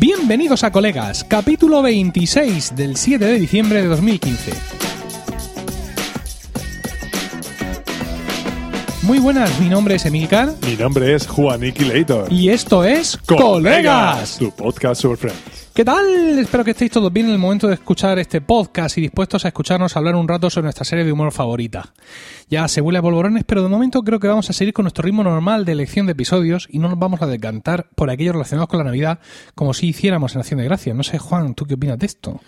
Bienvenidos a Colegas, capítulo 26 del 7 de diciembre de 2015. Muy buenas, mi nombre es Emilcar Mi nombre es Juaniquilator. y esto es Colegas. Tu podcast sobre Friends. ¿Qué tal? Espero que estéis todos bien en el momento de escuchar este podcast y dispuestos a escucharnos hablar un rato sobre nuestra serie de humor favorita. Ya se huele a polvorones, pero de momento creo que vamos a seguir con nuestro ritmo normal de elección de episodios y no nos vamos a decantar por aquellos relacionados con la Navidad como si hiciéramos en Acción de Gracias. No sé, Juan, ¿tú qué opinas de esto?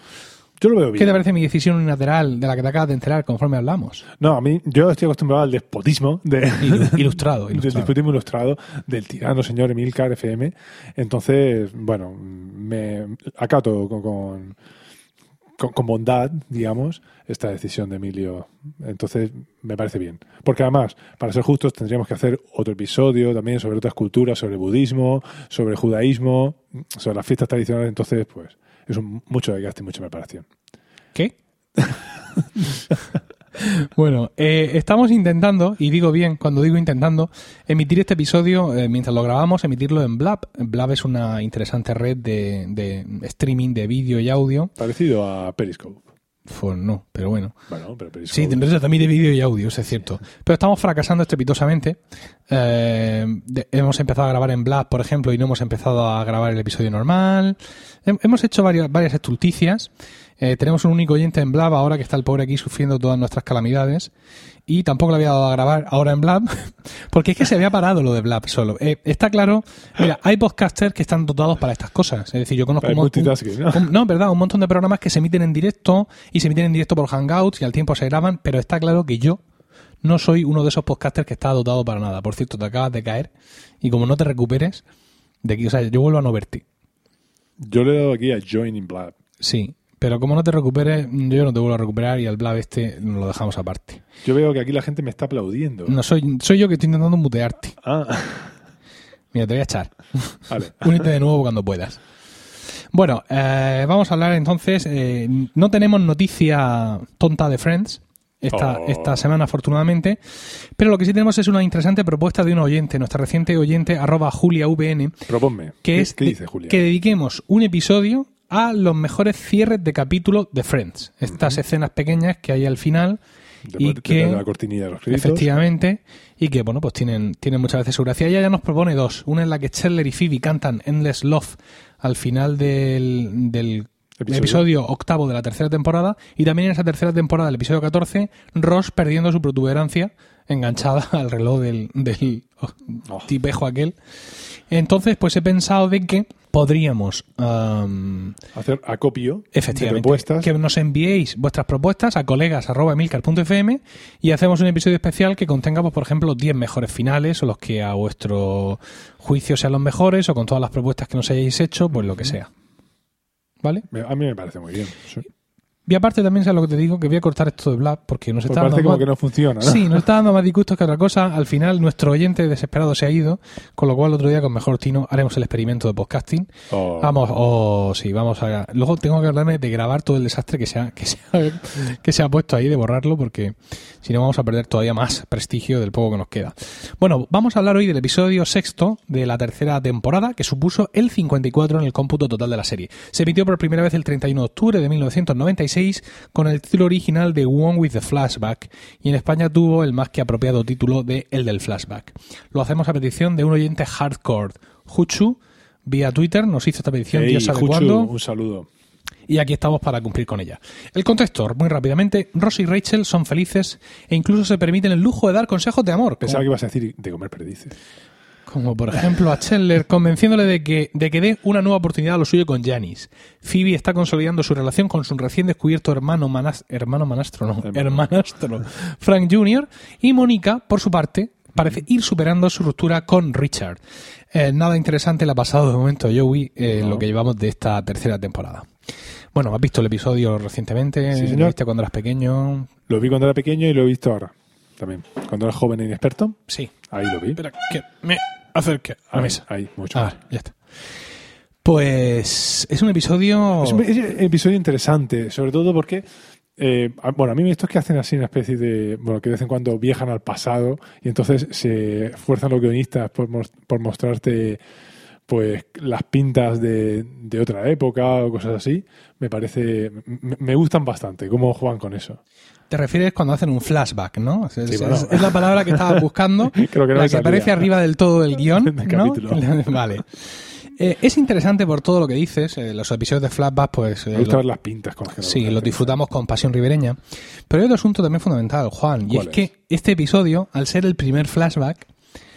Yo lo veo bien. ¿Qué te parece mi decisión unilateral de la que te acabas de enterar conforme hablamos? No, a mí, yo estoy acostumbrado al despotismo de, Ilu- Ilustrado, del ilustrado. despotismo ilustrado del tirano señor Emilcar FM. Entonces, bueno, me acato con, con, con- con bondad, digamos, esta decisión de Emilio. Entonces, me parece bien. Porque además, para ser justos, tendríamos que hacer otro episodio también sobre otras culturas, sobre budismo, sobre judaísmo, sobre las fiestas tradicionales. Entonces, pues, es un, mucho desgaste y mucha preparación. ¿Qué? bueno, eh, estamos intentando, y digo bien cuando digo intentando, emitir este episodio, eh, mientras lo grabamos, emitirlo en Blab. Blab es una interesante red de, de streaming de vídeo y audio. Parecido a Periscope. Pues no, pero bueno. Bueno, pero Periscope. Sí, tendré también de vídeo y audio, eso es cierto. Pero estamos fracasando estrepitosamente. Eh, de- hemos empezado a grabar en Blab, por ejemplo, y no hemos empezado a grabar el episodio normal. Hem- hemos hecho varias, varias estulticias. Eh, tenemos un único oyente en Blab ahora que está el pobre aquí sufriendo todas nuestras calamidades. Y tampoco le había dado a grabar ahora en Blab, porque es que se había parado lo de Blab solo. Eh, está claro, mira, hay podcasters que están dotados para estas cosas. Es decir, yo conozco Para el un- un- multitasking, ¿no? un- no, verdad, un montón de programas que se emiten en directo y se emiten en directo por Hangouts y al tiempo se graban, pero está claro que yo no soy uno de esos podcasters que está dotado para nada. Por cierto, te acabas de caer y como no te recuperes, de aquí, o sea, yo vuelvo a no verte. Yo le he dado aquí a Joining Blab. Sí, pero como no te recuperes, yo no te vuelvo a recuperar y al blab este lo dejamos aparte. Yo veo que aquí la gente me está aplaudiendo. No soy, soy yo que estoy intentando mutearte. Ah, Mira, te voy a echar. vale. Únete de nuevo cuando puedas. Bueno, eh, vamos a hablar entonces. eh, no tenemos noticia tonta de Friends esta, Oh. esta semana, afortunadamente. Pero lo que sí tenemos es una interesante propuesta de un oyente, nuestra reciente oyente, arroba juliavn, Proponme. que ¿Qué, es qué de- dice Julia? que dediquemos un episodio a los mejores cierres de capítulo de Friends. Estas escenas pequeñas que hay al final Después y de- que- de la cortinilla de los créditos. Efectivamente, y que bueno, pues tienen, tienen muchas veces su gracia. Ella ya nos propone dos, una en la que Chandler y Phoebe cantan Endless Love al final del, del Episodio. episodio. octavo de la tercera temporada, y también en esa tercera temporada del episodio 14, Ross perdiendo su protuberancia enganchada al reloj del, del Oh. tipejo aquel. Entonces, pues he pensado de que podríamos... am, Hacer acopio de Efectivamente. propuestas. Que nos enviéis vuestras propuestas a colegas.emilcar.fm y hacemos un episodio especial que contenga, pues, por ejemplo, los 10 mejores finales o los que a vuestro juicio sean los mejores o con todas las propuestas que nos hayáis hecho, pues lo que sea. ¿Vale? Me- A mí me parece muy bien. Sí. Y aparte también, ¿sabes lo que te digo? Que voy a cortar esto de Blab porque nos Pues está parece dando como más- que no funciona. ¿no? Sí, nos está dando más disgustos que otra cosa. Al final, nuestro oyente desesperado se ha ido, con lo cual otro día con mejor tino haremos el experimento de podcasting. O- Vamos, oh, sí, vamos a. Luego tengo que hablarme de grabar todo el desastre que se ha, que se ha, que se ha puesto ahí, de borrarlo, porque si no vamos a perder todavía más prestigio del poco que nos queda. Bueno, vamos a hablar hoy del episodio sexto de la tercera temporada, que supuso el 54 en el cómputo total de la serie. Se emitió por primera vez el 31 de octubre de 1996 con el título original de One with the Flashback, y en España tuvo el más que apropiado título de El del Flashback. Lo hacemos a petición de un oyente hardcore, Huchu. Vía Twitter nos hizo esta petición, Ey, Dios sabe Juchu, cuándo un saludo. y aquí estamos para cumplir con ella. El contexto, muy rápidamente, Ross y Rachel son felices e incluso se permiten el lujo de dar consejos de amor, Pensaba como, que ibas a decir de comer perdices. como por ejemplo a Chandler convenciéndole de que, de que dé una nueva oportunidad a lo suyo con Janice. Phoebe está consolidando su relación con su recién descubierto hermano, manas- hermano manastro, no, hermanastro, Frank Jr. y Mónica, por su parte, parece ir superando su ruptura con Richard. Eh, nada interesante le ha pasado de momento a Joey eh, No. lo que llevamos de esta tercera temporada. Bueno, has visto el episodio recientemente, Sí, señor. lo viste cuando eras pequeño. Lo vi cuando era pequeño y lo he visto ahora. También. Cuando era joven e inexperto, Sí. ahí lo vi. Espera, que me acerque a la Ahí- mesa. Ahí, mucho. Ah, ya está. Pues es un episodio. Es un, es un episodio interesante, sobre todo porque. eh, a- bueno, a mí estos que hacen así una especie de. Bueno, que de vez en cuando viajan al pasado y entonces se fuerzan los guionistas por, mos- por mostrarte pues las pintas de, de otra época o cosas así, me parece, me, me gustan bastante cómo juegan con eso. Te refieres cuando hacen un flashback, ¿no? Es, es- bueno. es- es la palabra que estaba buscando, Creo que no la me que salía. aparece arriba del todo del guión, Del ¿no? capítulo. vale. Eh, es interesante por todo lo que dices, eh, los episodios de flashback, pues... eh, Me gusta lo- ver las pintas con las que Sí, los disfrutamos con pasión ribereña. Pero hay otro asunto también fundamental, Juan, y ¿Cuál es, que este episodio, al ser el primer flashback,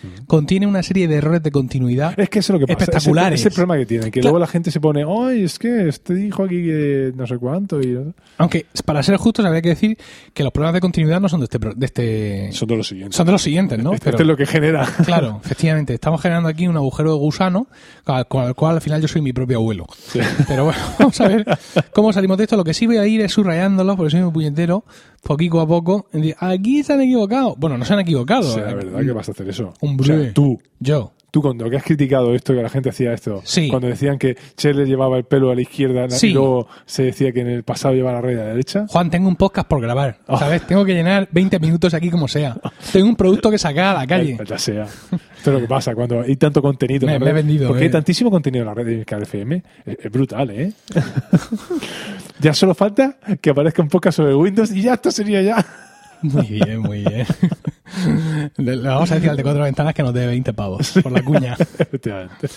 Mm. contiene una serie de errores de continuidad. Es que eso es lo que pasa. Espectaculares. Es el, es el problema que tiene, que Claro. luego la gente se pone, ay, es que este dijo aquí que no sé cuánto y Aunque, para ser justos, habría que decir que los problemas de continuidad no son de este... pro- De este son de los siguientes. son de los siguientes, ¿no? Este, Pero- este es lo que genera. Claro, efectivamente. Estamos generando aquí un agujero de gusano, al cual, al cual al final yo soy mi propio abuelo. Pero bueno, vamos a ver cómo salimos de esto. Lo que sí voy a ir es subrayándolo, porque soy un puñetero, poquito a poco. en decir, Aquí se han equivocado. Bueno, no se han equivocado. O sea, la verdad que vas a hacer eso. Hombre. O sea, tú, Yo. tú cuando que has criticado esto, que la gente hacía esto, Sí. cuando decían que Che le llevaba el pelo a la izquierda Sí. y luego se decía que en el pasado llevaba la red a la derecha. Juan, tengo un podcast por grabar, Oh. ¿sabes? Tengo que llenar 20 minutos aquí como sea. Tengo un producto que sacar a la calle. eh, pues Ya sea. Esto es lo que pasa cuando hay tanto contenido. Me- en la me he red. vendido, Porque eh. hay tantísimo contenido en la red de Milcar FM. Es, es brutal, ¿eh? ya solo falta que aparezca un podcast sobre Windows y ya esto sería ya. Muy bien, muy bien. Le le vamos a decir al de cuatro ventanas que nos dé 20 pavos por la cuña. Efectivamente.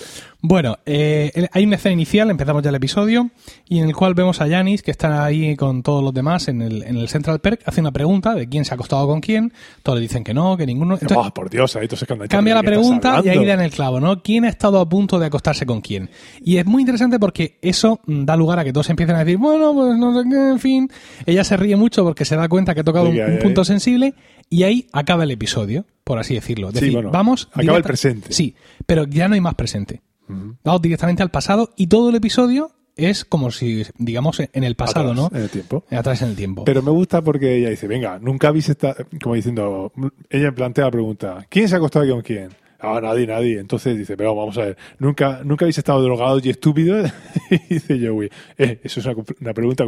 Bueno, eh, el- hay una escena inicial, empezamos ya el episodio, y en el cual vemos a Janis, que está ahí con todos los demás en el, en el Central Perk, hace una pregunta de quién se ha acostado con quién, todos le dicen que no, que ninguno... Entonces, Oh, por Dios, ahí tú se escandalizas. cambia la ¿De qué estás pregunta y ahí hablando? dan el clavo, ¿no? ¿Quién ha estado a punto de acostarse con quién? Y es muy interesante porque eso mm, da lugar a que todos empiecen a decir, bueno, pues no sé qué, en fin. Ella se ríe mucho porque se da cuenta que ha tocado Sí, un, que hay- un punto sensible y ahí acaba el episodio, por así decirlo. Es Sí, decir, bueno, vamos... acaba el presente. Sí, pero ya no hay más presente. Ujú. Vamos directamente al pasado y todo el episodio es como si, digamos, en el pasado, Atrás, ¿no? En el tiempo. Atrás en el tiempo. Pero me gusta porque ella dice, venga, nunca habéis estado, como diciendo, ella plantea la pregunta, ¿quién se ha acostado con quién? Ah, nadie, nadie. Entonces dice, pero vamos a ver, nunca, nunca habéis estado drogados y estúpidos. y dice Joey, eh, eso es una, comp- una pregunta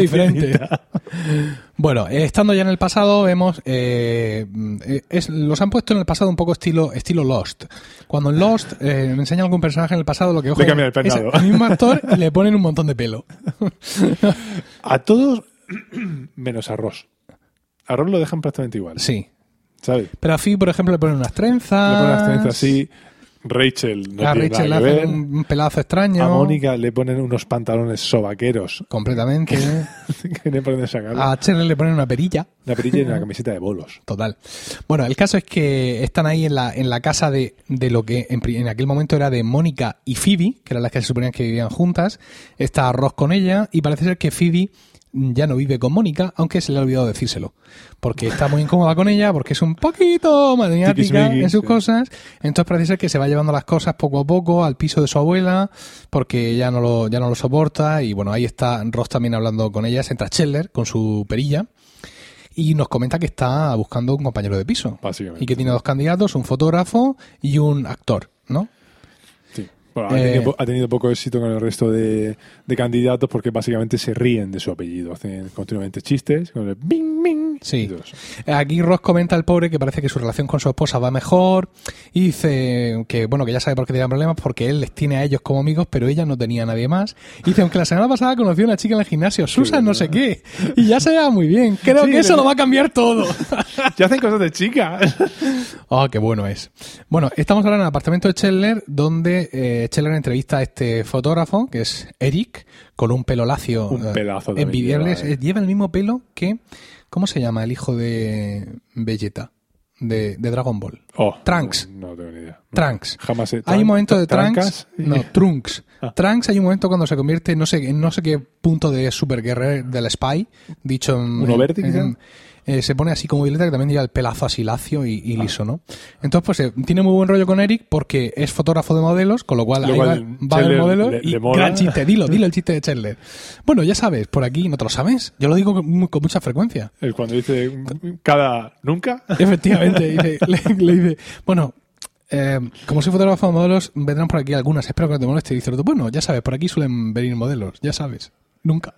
completamente diferente. distinta. bueno, eh, estando ya en el pasado, vemos. eh, mm, eh, es- los han puesto en el pasado un poco estilo, estilo Lost. Cuando en Lost eh, me enseñan algún personaje en el pasado, lo que ojo, cambian el es peinado. el mismo actor y le ponen un montón de pelo. A todos menos a Ross. A Ross lo dejan prácticamente igual, Sí. ¿sabes? Pero a Phoebe, por ejemplo, le ponen unas trenzas. Le ponen las trenzas así. Rachel no a tiene Rachel le nada que ver. hacen un un pelazo extraño. A Mónica le ponen unos pantalones sobaqueros Completamente. que no pueden sacar. A Cheryl le ponen una perilla. Una perilla y una camiseta de bolos. Total. Bueno, el caso es que están ahí en la, en la casa de, de lo que en, pri- en aquel momento era de Mónica y Phoebe, que eran las que se suponían que vivían juntas. Está Ross con ella y parece ser que Phoebe ya no vive con Mónica, aunque se le ha olvidado decírselo. Porque está muy incómoda con ella, porque es un poquito maniática Tiquismiquis, en sus sí. cosas. Entonces parece ser que se va llevando las cosas poco a poco al piso de su abuela, porque ya no lo, ya no lo soporta. Y bueno, ahí está Ross también hablando con ella. Se entra Scheller con su perilla y nos comenta que está buscando un compañero de piso. Básicamente. Y que tiene dos candidatos, un fotógrafo y un actor, ¿no? Sí. Bueno, ha, Eh, tenido, po- ha tenido poco éxito con el resto de, de candidatos porque básicamente se ríen de su apellido. Hacen continuamente chistes con el bing, bing. Sí. y todo eso. Aquí Ross comenta al pobre que parece que su relación con su esposa va mejor y dice que bueno que ya sabe por qué tenían problemas porque él les tiene a ellos como amigos pero ella no tenía a nadie más. Y dice aunque la semana pasada conoció a una chica en el gimnasio, Susan no sé qué y ya se lleva muy bien. Creo Sí, que eso le- lo va a cambiar todo. Ya hacen cosas de chicas. Ah, qué bueno es. Bueno, estamos ahora en el apartamento de Scheller, donde eh, Scheller entrevista a este fotógrafo, que es Eric, con un pelo lacio. Un eh, pelazo también Envidiable. lleva, eh. Eh, Lleva el mismo pelo que. ¿Cómo se llama el hijo de Vegeta? De, de Dragon Ball. Oh, Trunks. No, no tengo ni idea. No. Trunks. Jamás he- Hay un momento de Trunks. Trancas y- No, Trunks. Ah. Trunks hay un momento cuando se convierte, no sé, en no sé qué punto de super guerrero del Spy, dicho en. ¿Uno en- verde, quizá? en- eh, se pone así como violeta, que también lleva el pelazo así lacio y, Ah. y liso, ¿no? Entonces, pues eh, tiene muy buen rollo con Eric porque es fotógrafo de modelos, con lo cual Lo ahí cual va, va el Chandler modelo le- y le mola. gran chiste, dilo, dilo el chiste de Chandler. Bueno, ya sabes, por aquí no te lo sabes, yo lo digo con, mu- con mucha frecuencia. El cuando dice cada nunca. Efectivamente, dice- le, le dice, bueno, eh, como soy fotógrafo de modelos, vendrán por aquí algunas, espero que no te moleste. Y dice el otro, bueno, ya sabes, por aquí suelen venir modelos, ya sabes. nunca.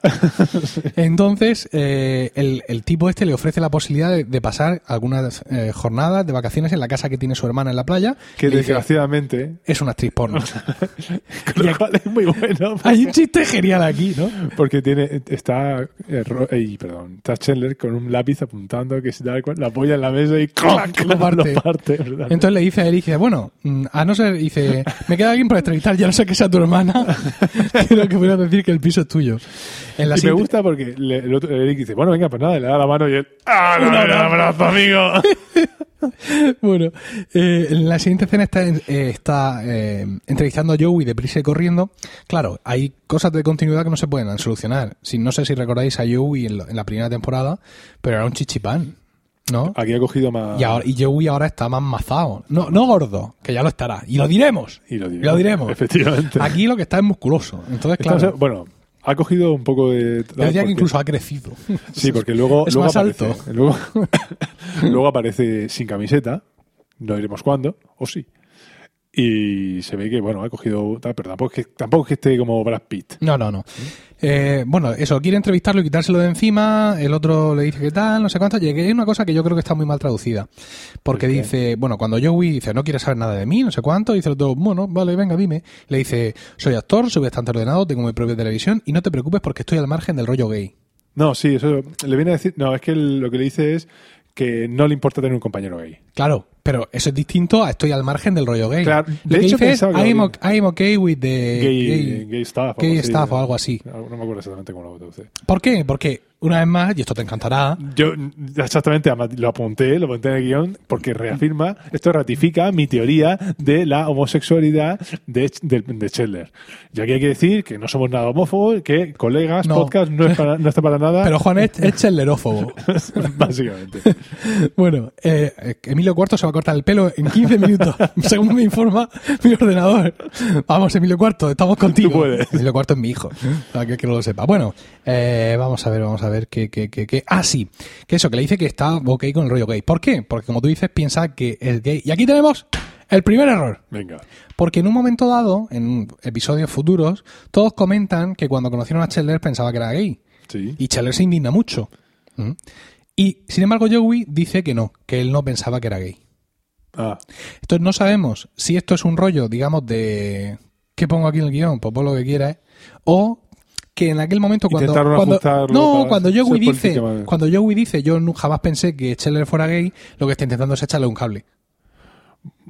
Entonces, eh, el, el tipo este le ofrece la posibilidad de, de pasar algunas eh, jornadas de vacaciones en la casa que tiene su hermana en la playa. Que Le dice, desgraciadamente. es una actriz porno. con lo cual es muy bueno. Hay un chiste genial aquí, ¿no? Porque tiene, está, eh, Ro- ey, perdón, está Chandler con un lápiz apuntando que se da cual- la polla en la mesa y ¡clac! Lo parte. ¿verdad? Entonces le dice a él, y dice, bueno, mm, a no ser, dice, me queda alguien por entrevistar, ya no sé que sea tu hermana, quiero que puedas decir que el piso es tuyo. En la y me siguiente- gusta porque le- el otro, Eric dice, bueno, venga, pues nada, le da la mano y él, ¡ah, no, no, abrazo, amigo! Bueno, eh, en la siguiente escena está, en- eh, está eh, entrevistando a Joey deprisa y corriendo. Claro, hay cosas de continuidad que no se pueden solucionar. Si, no sé si recordáis a Joey en, la- en la primera temporada, pero era un chichipán, ¿no? Aquí ha cogido más... Y, ahora, y Joey ahora está más mazado. No, no gordo, que ya lo estará. Y lo diremos. Y lo diremos, Efectivamente. efectivamente. Aquí lo que está es musculoso. Entonces, claro, Entonces, bueno, ha cogido un poco yo de... diría que porque- incluso ha crecido. Sí, porque luego, Es luego más aparece, alto. Luego, luego aparece sin camiseta, no diremos cuándo, o sí. Y se ve que, bueno, ha cogido tal, pero tampoco es que, tampoco es que esté como Brad Pitt. No, no, no. Eh, bueno, eso, quiere entrevistarlo y quitárselo de encima, el otro le dice que tal, no sé cuánto, y aquí hay una cosa que yo creo que está muy mal traducida, porque ¿El qué? dice, bueno, cuando Joey dice, no quieres saber nada de mí, no sé cuánto, dice el otro, bueno, vale, venga, dime, le dice, soy actor, soy bastante ordenado, tengo mi propia televisión, y no te preocupes porque estoy al margen del rollo gay. No, sí, eso le viene a decir. No, es que él- lo que le dice es que no le importa tener un compañero gay. Claro, pero eso es distinto a estoy al margen del rollo gay. Claro, Lo de que hecho dice es, pensaba que lo I'm, vi. ok- I'm okay with the Gay, gay, gay staff. gay así. staff o algo así. No no me acuerdo exactamente cómo lo traduce. ¿Por qué? Porque, una vez más, y esto te encantará, Yo exactamente además, lo apunté, lo apunté en el guión, porque reafirma, esto ratifica mi teoría de la homosexualidad de, de, de Scheller. Y aquí hay que decir que no somos nada homófobos, que colegas, No. podcast no, es para- no está para nada, pero Juan es, es chellerófobo. básicamente. Bueno, eh, Emilio Cuarto se va a cortar el pelo en 15 minutos, según me informa mi ordenador. Vamos, Emilio Cuarto, estamos contigo. Tú puedes. Emilio Cuarto es mi hijo, para que, que no lo sepa. Bueno, eh, vamos a ver, vamos a ver qué, qué, qué, qué. Ah, sí, que eso, que le dice que está ok con el rollo gay. ¿Por qué? Porque como tú dices, piensa que es gay. Y aquí tenemos el primer error. Venga. Porque en un momento dado, en episodios futuros, todos comentan que cuando conocieron a Scheller pensaba que era gay. Sí. Y Chandler se indigna mucho. ¿Mm? Y sin embargo, Joey dice que no, que él no pensaba que era gay. Ah, Entonces no sabemos si esto es un rollo, digamos, de ¿qué pongo aquí en el guión? Pues pon lo que quieras. O que en aquel momento cuando Intentaron cuando ajustarlo no para cuando ser Joey dice políticamente. cuando Joey dice yo nu- jamás pensé que Scheller fuera gay lo que está intentando es echarle un cable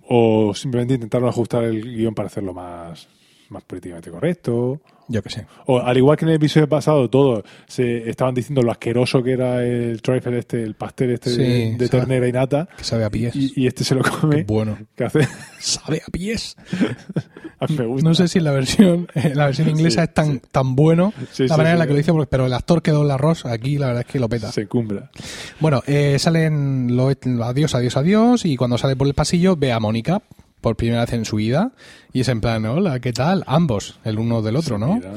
o simplemente intentaron ajustar el guión para hacerlo más, más políticamente correcto. yo qué sé O, al igual que en el episodio pasado, todos se estaban diciendo lo asqueroso que era el trifle este, el pastel este de- Sí, de, sabe. ternera y nata. que sabe a pies Y, y este se lo Qué come. bueno ¿Qué hace? sabe a pies A mí me gusta. No sé si en la versión, en la versión inglesa Pues Sí, es tan, tan bueno Sí, la sí, manera en la sí. que lo dice, porque- pero el actor que dobla a Ross aquí la verdad es que lo peta. Se cumpla. Bueno, eh, salen lo, adiós, adiós, adiós, y cuando sale por el pasillo ve a Mónica por primera vez en su vida y es en plan, hola, ¿qué tal? Ambos, el uno del otro, ¿no? Mira.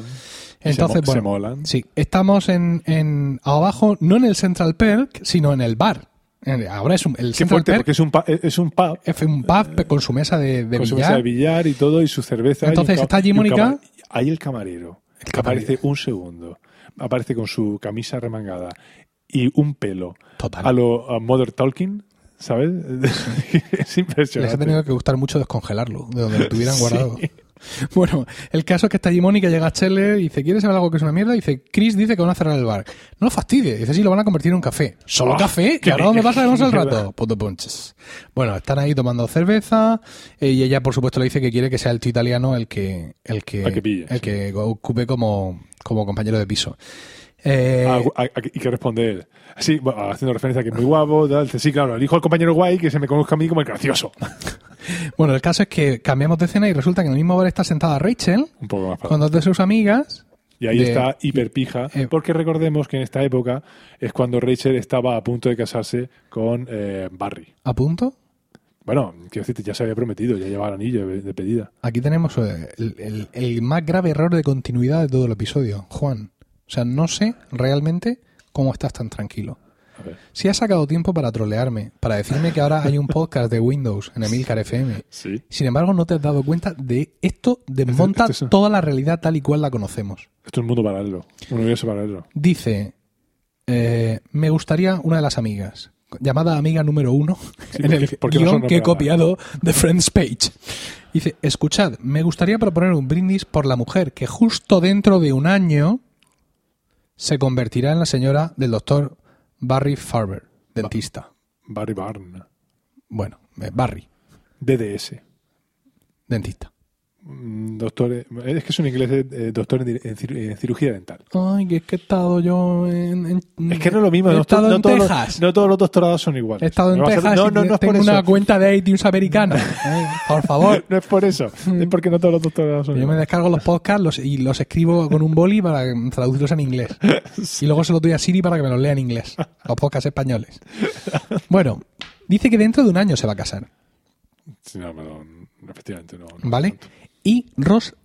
Entonces, se mo- se bueno, molan. sí, estamos en, en abajo, no en el Central Perk, sino en el bar. En- Ahora es un, el Qué Central fuerte, Perk porque es un, pa- es un pub es un pub con su mesa de, de con su billar. mesa de billar y todo, y su cerveza. y un Entonces, ca- está allí y un Mónica. cama- Ahí el camarero. El camarero. Aparece un segundo. Aparece con su camisa remangada y un pelo. Total. A lo a Mother Talking, ¿sabes? es Les ha impresionante. tenido que gustar mucho descongelarlo, de donde lo tuvieran guardado. Bueno, el caso es que está allí Mónica, llega Scheller y dice, ¿quieres saber algo que es una mierda? Y dice, Chris dice que van a cerrar el bar. No lo fastidies, dice, sí, lo van a convertir en un café. ¿Solo Ah, café? ¿Que qué ahora dónde pasaremos el mierda. rato? Puto punches. Bueno, están ahí tomando cerveza eh, y ella, por supuesto, le dice que quiere que sea el tío italiano el que, el que, Al que pille, el sí. que ocupe como, como compañero de piso. Eh, Ah, gu- a- a- y que responde él. Sí, bueno, haciendo referencia a que es muy guapo. Tal. Dice, Sí, claro, elijo al compañero guay que se me conozca a mí como el gracioso. bueno, el caso es que cambiamos de escena y resulta que en el mismo bar está sentada Rachel Un poco más para con dos de sus amigas. Y ahí de- está hiperpija, eh, porque recordemos que en esta época es cuando Rachel estaba a punto de casarse con eh, Barry. ¿A punto? Bueno, quiero decirte, ya se había prometido, ya llevaba el anillo de de pedida. Aquí tenemos eh, el, el- el más grave error de continuidad de todo el episodio, Juan. O sea, no sé realmente cómo estás tan tranquilo. A ver. Si has sacado tiempo para trolearme, para decirme que ahora hay un podcast de Windows en Emilcar FM. Sí. Sin embargo, no te has dado cuenta de esto desmonta Esto- esto es- toda la realidad tal y cual la conocemos. Esto es un mundo paralelo, un universo paralelo. Dice, eh, me gustaría una de las amigas, llamada amiga número uno, en porque- el porque no guión son que he nombradas. copiado de Friends Page. Dice, escuchad, me gustaría proponer un brindis por la mujer que justo dentro de un año se convertirá en la señora del doctor Barry Farber, dentista. Barry Barn. Bueno, eh, Barry, DDS. dentista. Mm, Doctor, eh, es que es un inglés eh, doctor en, dir- en cir- en cirugía dental. Ay, que es que he estado yo en... en- Es que no es lo mismo. He no- estado no en todos los- Texas. no todos los doctorados son iguales. He estado en Me vas a- Texas No, y no, no es por tengo una eso. cuenta de iTunes americana. Eh, por favor. No es por eso. Es porque no todos los doctorados son Mm. Yo me iguales. descargo los podcasts los- y los escribo con un boli para traducirlos en inglés. Y luego se los doy a Siri para que me los lea en inglés. Los podcasts españoles. Bueno, dice que dentro de un año se va a casar, Sí, no, perdón. Efectivamente, no. no. ¿vale? Y Ross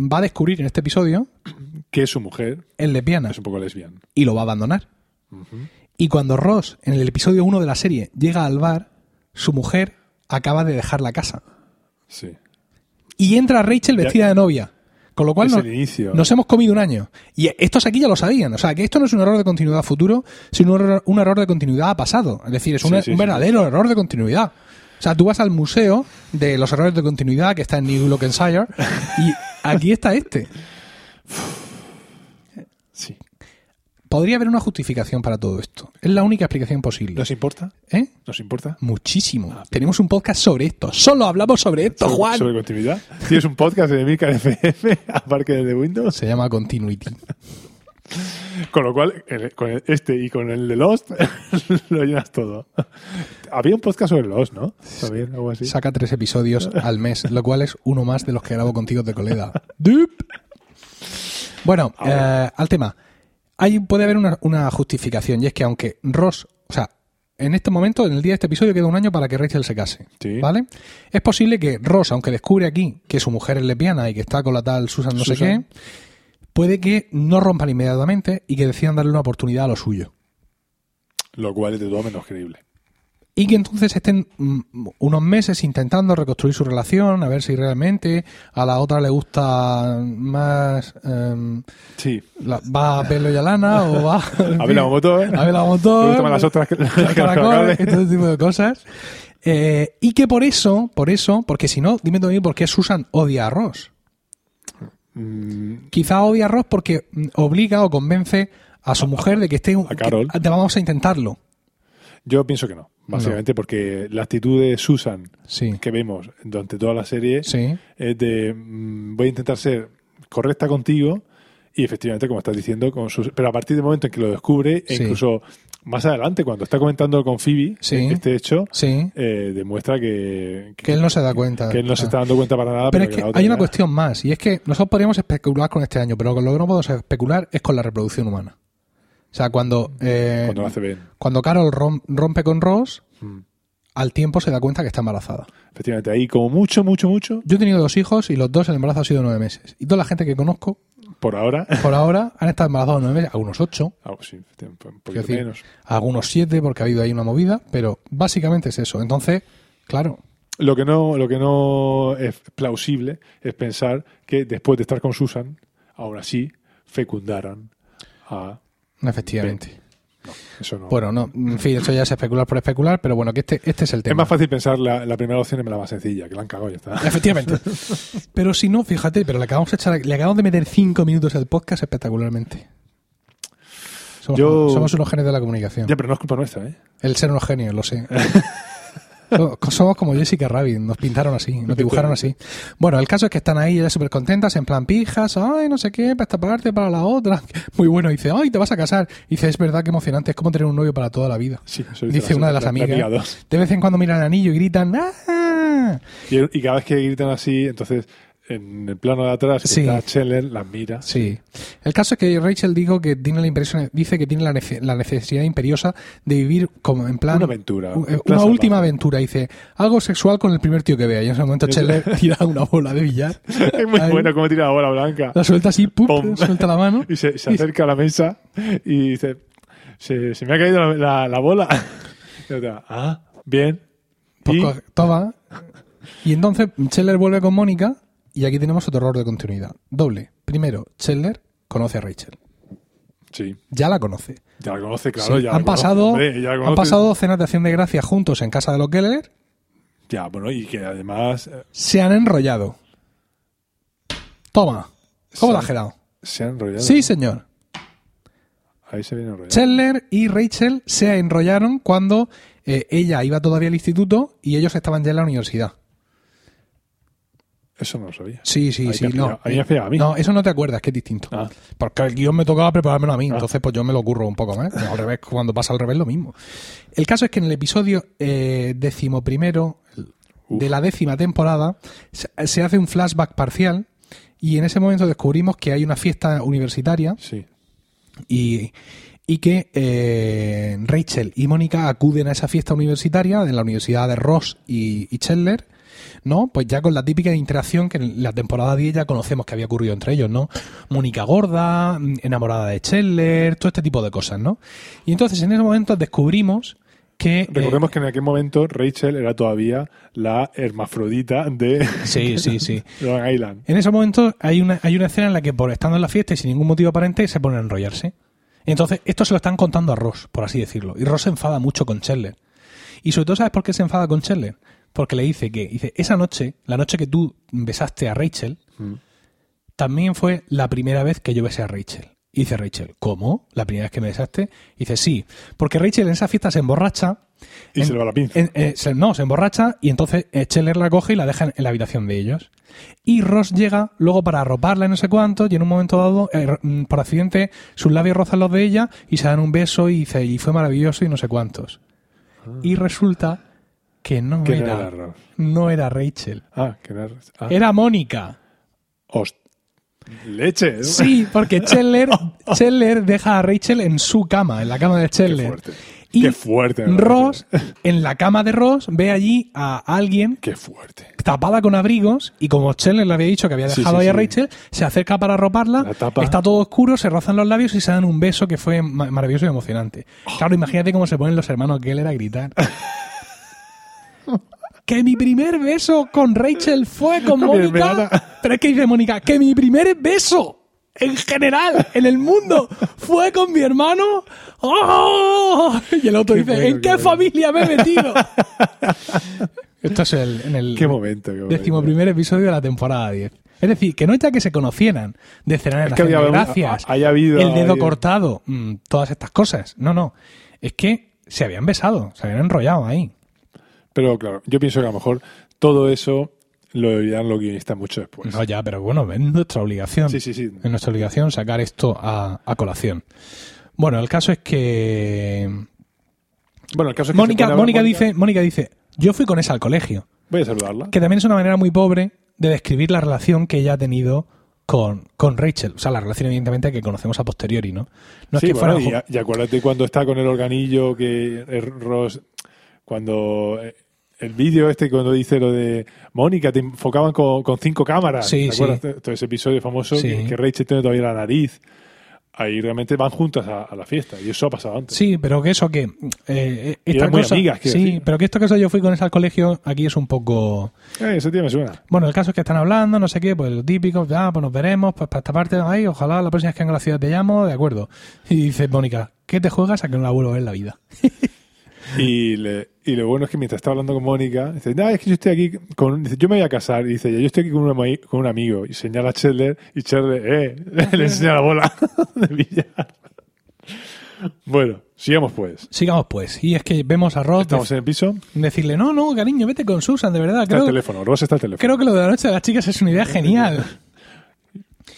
va a descubrir en este episodio Que es su mujer. el lesbiana Es un poco lesbiana. y lo va a abandonar. Y cuando Ross, en el episodio 1 de la serie, llega al bar, su mujer acaba de dejar la casa. Sí. y entra Rachel vestida de novia. Con lo cual Es nos, el inicio. nos hemos comido un año. Y estos aquí ya lo sabían. O sea, que esto no es un error de continuidad futuro, sino un error, un error de continuidad a pasado. Es decir, es un, er, Sí, sí, un sí. verdadero error de continuidad. O sea, tú vas al museo de los errores de continuidad que está en New Gloucestershire y aquí está este. Sí. Podría haber una justificación para todo esto. Es la única explicación posible. ¿Nos importa? ¿Eh? ¿Nos importa? Muchísimo. Tenemos un podcast sobre esto. Solo hablamos sobre esto, Ah, Sobre- Juan. Sobre continuidad. Tienes un podcast de Milcar FM, aparte del de Windows. Se llama Continuity. Con lo cual, el- con el- este y con el de Lost, lo llenas todo. Había un podcast sobre Lost, ¿no? También, algo así. saca tres episodios al mes, lo cual es uno más de los que grabo contigo de colega. Dup. Bueno, eh, al tema. Ahí puede haber una, una justificación, y es que aunque Ross, o sea, en este momento, en el día de este episodio, queda un año para que Rachel se case. Sí. ¿Vale? Es posible que Ross, aunque descubre aquí que su mujer es lesbiana y que está con la tal Susan no Susan. sé qué, puede que no rompan inmediatamente y que decidan darle una oportunidad a lo suyo. Lo cual es de todo menos creíble. Y que entonces estén mm, unos meses intentando reconstruir su relación, a ver si realmente a la otra le gusta más. em, Sí. la- ¿Va a verlo y a Lana o va. A ver la moto, ¿eh? A ver la motor, Me gustan más las otras que- los que los caracoles, caracoles. y todo ese tipo de cosas. Eh, y que por eso, por eso, porque si no, dime también por qué Susan odia a Ross. Mm, Quizá odia a Ross porque mm, obliga o convence a su mujer de que esté. un- a Carol. que- vamos a intentarlo. yo pienso que no, básicamente, porque la actitud de Susan Sí. que vemos durante toda la serie Sí. es de mm, voy a intentar ser correcta contigo y efectivamente, como estás diciendo, con sus- pero a partir del momento en que lo descubre, e Sí. incluso más adelante, cuando está comentando con Phoebe Sí. este hecho, Sí. eh, demuestra que, Que él no se da cuenta. que él no se Ah. está dando cuenta para nada. Pero es que la otra hay una ya- cuestión más, y es que nosotros podríamos especular con este año, pero con lo que no podemos especular es con la reproducción humana. O sea, cuando, eh, Cuando la hace ver. cuando Carol rom- rompe con Ross, Mm. al tiempo se da cuenta que está embarazada. Efectivamente, ahí como mucho, mucho, mucho, Yo he tenido dos hijos y los dos el embarazo ha sido nueve meses. Y toda la gente que conozco por ahora. por ahora han estado embarazados nueve meses, algunos ocho, Ah, sí, efectivamente, un poquito quiero decir, menos. algunos siete porque ha habido ahí una movida, pero básicamente es eso. Entonces, claro, Lo que, no, lo que no es plausible es pensar que después de estar con Susan, aún así fecundaran a. efectivamente. Eso no. Bueno, no, en fin, eso ya es especular por especular, pero bueno, que este, este es el tema. es más fácil pensar la, la primera opción es la más sencilla, que la han cagado y ya está. Efectivamente. Pero si no, fíjate, pero le acabamos de, echar- le acabamos de meter cinco minutos al podcast espectacularmente. Somos, Yo- somos unos genios de la comunicación. Ya, pero no es culpa nuestra, ¿eh? El ser unos genios, lo sé. Somos- Somos como Jessica Rabbit, nos pintaron así, nos dibujaron así. Bueno, el caso es que están ahí ya súper contentas, en plan pijas, ay, no sé qué, para esta parte, para la otra. Muy bueno, dice, ay, te vas a casar. Dice, es verdad que emocionante, es como tener un novio para toda la vida. Sí, eso Dice una de las la- la amigas. amiga dos. De vez en cuando miran el anillo y gritan, ¡ah! Y, y cada vez que gritan así, entonces en el plano de atrás que Sí. está Scheller, las mira. Sí. El caso es que Rachel dijo que tiene la impresión, dice que tiene la, nece- la necesidad imperiosa de vivir como en plan Una aventura. u- eh, En plan una salvaje. última aventura. Dice algo sexual con el primer tío que vea. Y en ese momento Scheller tira una bola de billar, Es muy Ahí. bueno como tira la bola blanca. la suelta así, ¡pup! Pum. suelta la mano Y se, se acerca a la mesa y dice, se, se me ha caído la, la- la bola. Y otra, ah, bien. Pues Y- coge- toma. Y entonces Scheller vuelve con Mónica y aquí tenemos otro error de continuidad. Doble. Primero, Scheller conoce a Rachel. sí, Ya la conoce. ya la conoce, claro. Sí, ya la han, conoce, pasado, hombre, ya la han conoce. pasado cenas de acción de gracia juntos en casa de los Keller. Ya, bueno, y que además eh, Se han enrollado. Toma. ¿Cómo Sí. la has quedado? se han enrollado. Sí, señor. Ahí se viene enrollado. Chandler y Rachel se enrollaron cuando eh, ella iba todavía al instituto y ellos estaban ya en la universidad. Eso no lo sabía. Sí, sí, Ahí sí. me has No. pillado- ahí me has pillado a mí. no, eso no te acuerdas, que es distinto. Ah, Porque el guión me tocaba preparármelo a mí, entonces pues yo me lo curro un poco más. Al revés, cuando pasa al revés lo mismo. El caso es que en el episodio eh, decimoprimero de la décima temporada se, se hace un flashback parcial y en ese momento descubrimos que hay una fiesta universitaria sí. y, y que eh, Rachel y Mónica acuden a esa fiesta universitaria en la Universidad de Ross y, y Chandler, ¿no? Pues ya con la típica interacción que en la temporada 10 ya conocemos que había ocurrido entre ellos, ¿no? Mónica gorda, mm, enamorada de Chandler, todo este tipo de cosas, ¿no? Y entonces en ese momento descubrimos que... eh, Recordemos que en aquel momento Rachel era todavía la hermafrodita de eh, sí, sí, sí. Long Island. En ese momento hay una, hay una escena en la que por estando en la fiesta y sin ningún motivo aparente se ponen a enrollarse. Entonces, esto se lo están contando a Ross, por así decirlo. Y Ross se enfada mucho con Chandler. Y sobre todo, ¿sabes por qué se enfada con Chandler? Porque le dice que, dice, esa noche, la noche que tú besaste a Rachel, Mm. también fue la primera vez que yo besé a Rachel. Y dice Rachel, ¿cómo? ¿La primera vez que me besaste? Y dice, sí, porque Rachel en esa fiesta se emborracha Y en- se le va la pinza. en- eh, se- no, se emborracha y entonces eh, Scheller la coge y la deja en, en la habitación de ellos. Y Ross llega luego para arroparla y no sé cuánto y en un momento dado, eh, r- mm, por accidente, sus labios rozan los de ella y se dan un beso y dice, y fue maravilloso y no sé cuántos. Y resulta que no, Ah. que no era, era Ross. no era Rachel, Ah, que no era Ross. Ah, era Mónica. host- Leche. ¿no? Sí, porque Scheller, Scheller deja a Rachel en su cama, en la cama de Qué Scheller. fuerte. Y Qué fuerte. me Ross, parece. en la cama de Ross, ve allí a alguien Qué fuerte. tapada con abrigos y como Scheller le había dicho que había Sí, dejado sí, ahí a sí. Rachel, se acerca para arroparla, La tapa. está todo oscuro, se rozan los labios y se dan un beso que fue ma- maravilloso y emocionante. Claro, imagínate cómo se ponen los hermanos Keller a gritar. Que mi primer beso con Rachel fue con Con mi Mónica. hermana. Pero es que dice Mónica, que mi primer beso en general en el mundo fue con mi hermano. ¡Oh! Y el otro Qué dice, bueno, ¿en qué qué, bueno". familia me he metido? Esto es el, en el Qué momento. Qué momento. décimo primer episodio de la temporada 10. Es decir, que no es ya que se conocieran de cenar en Es la que Acción de había- gracias, ha- haya habido- el dedo haya- cortado, mm, todas estas cosas. No, no. Es que se habían besado, se habían enrollado ahí. Pero claro, yo pienso que a lo mejor todo eso lo dirán los guionistas mucho después. No, ya, pero bueno, es nuestra obligación. Sí, sí, sí. Es nuestra obligación sacar esto a, a colación. Bueno, el caso es que. Bueno, el caso es que se pone Mónica, a Mónica hablar dice, Mónica dice, yo fui con esa al colegio. Voy a saludarla. que también es una manera muy pobre de describir la relación que ella ha tenido con, con Rachel. O sea, la relación, evidentemente, que conocemos a posteriori, ¿no? No es Sí, que bueno, fueran y, ju- y acuérdate cuando está con el organillo que eh, Ross, cuando eh, el vídeo este cuando dice lo de Mónica, te enfocaban con, con cinco cámaras. Sí, ¿Te acuerdas? sí. Todo ese episodio famoso Sí. que, que Rachel tiene todavía la nariz. Ahí realmente van juntas a, a la fiesta y eso ha pasado antes. Sí, pero que eso que eh, eh, esta eran muy cosa- amigas, quiero sí, decir. pero que esto que yo fui con esa al colegio aquí es un poco Eh, ese tío me suena. Bueno, el caso es que están hablando, no sé qué, pues lo típico, ya, pues nos veremos, pues para esta parte, ay, ojalá la próxima vez que venga a la ciudad te llamo, de acuerdo. Y dice Mónica, ¿qué te juegas a que no la vuelvo a ver en la vida? Y, le- y lo bueno es que mientras está hablando con Mónica, dice, "Nah, es que yo estoy aquí, con, dice, yo me voy a casar, y dice, yo estoy aquí con un, ami- con un amigo, y señala a Chandler, y Chandler, eh, le enseña la bola de billar. Bueno, sigamos pues. Sigamos pues, y es que vemos a Ross Estamos en el piso, decirle, no, no, cariño, vete con Susan, de verdad, está creo, el teléfono, Ross está el teléfono. Creo que lo de la noche de las chicas es una idea genial.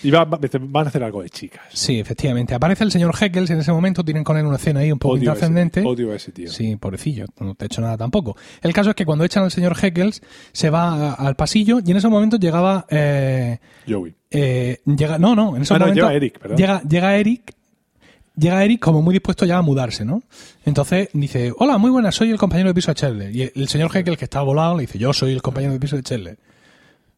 Y va- va- dice, van a hacer algo de chicas. Sí, efectivamente. Aparece el señor Heckels en ese momento, tienen con él una escena ahí un poco Odio a, ese, intrascendente. odio a ese tío. Sí, pobrecillo, no te he hecho nada tampoco. El caso es que cuando echan al señor Heckels, se va a- al pasillo y en ese momento llegaba. eh, Joey. eh, llega, no, no, en ese Ah, no, momento. llega Eric, perdón. llega, llega Eric. Llega Eric como muy dispuesto ya a mudarse, ¿no? Entonces dice, hola, muy buenas, soy el compañero de piso de Chandler. Y el señor Heckels, que está volado, le dice, yo soy el compañero de piso de Chandler.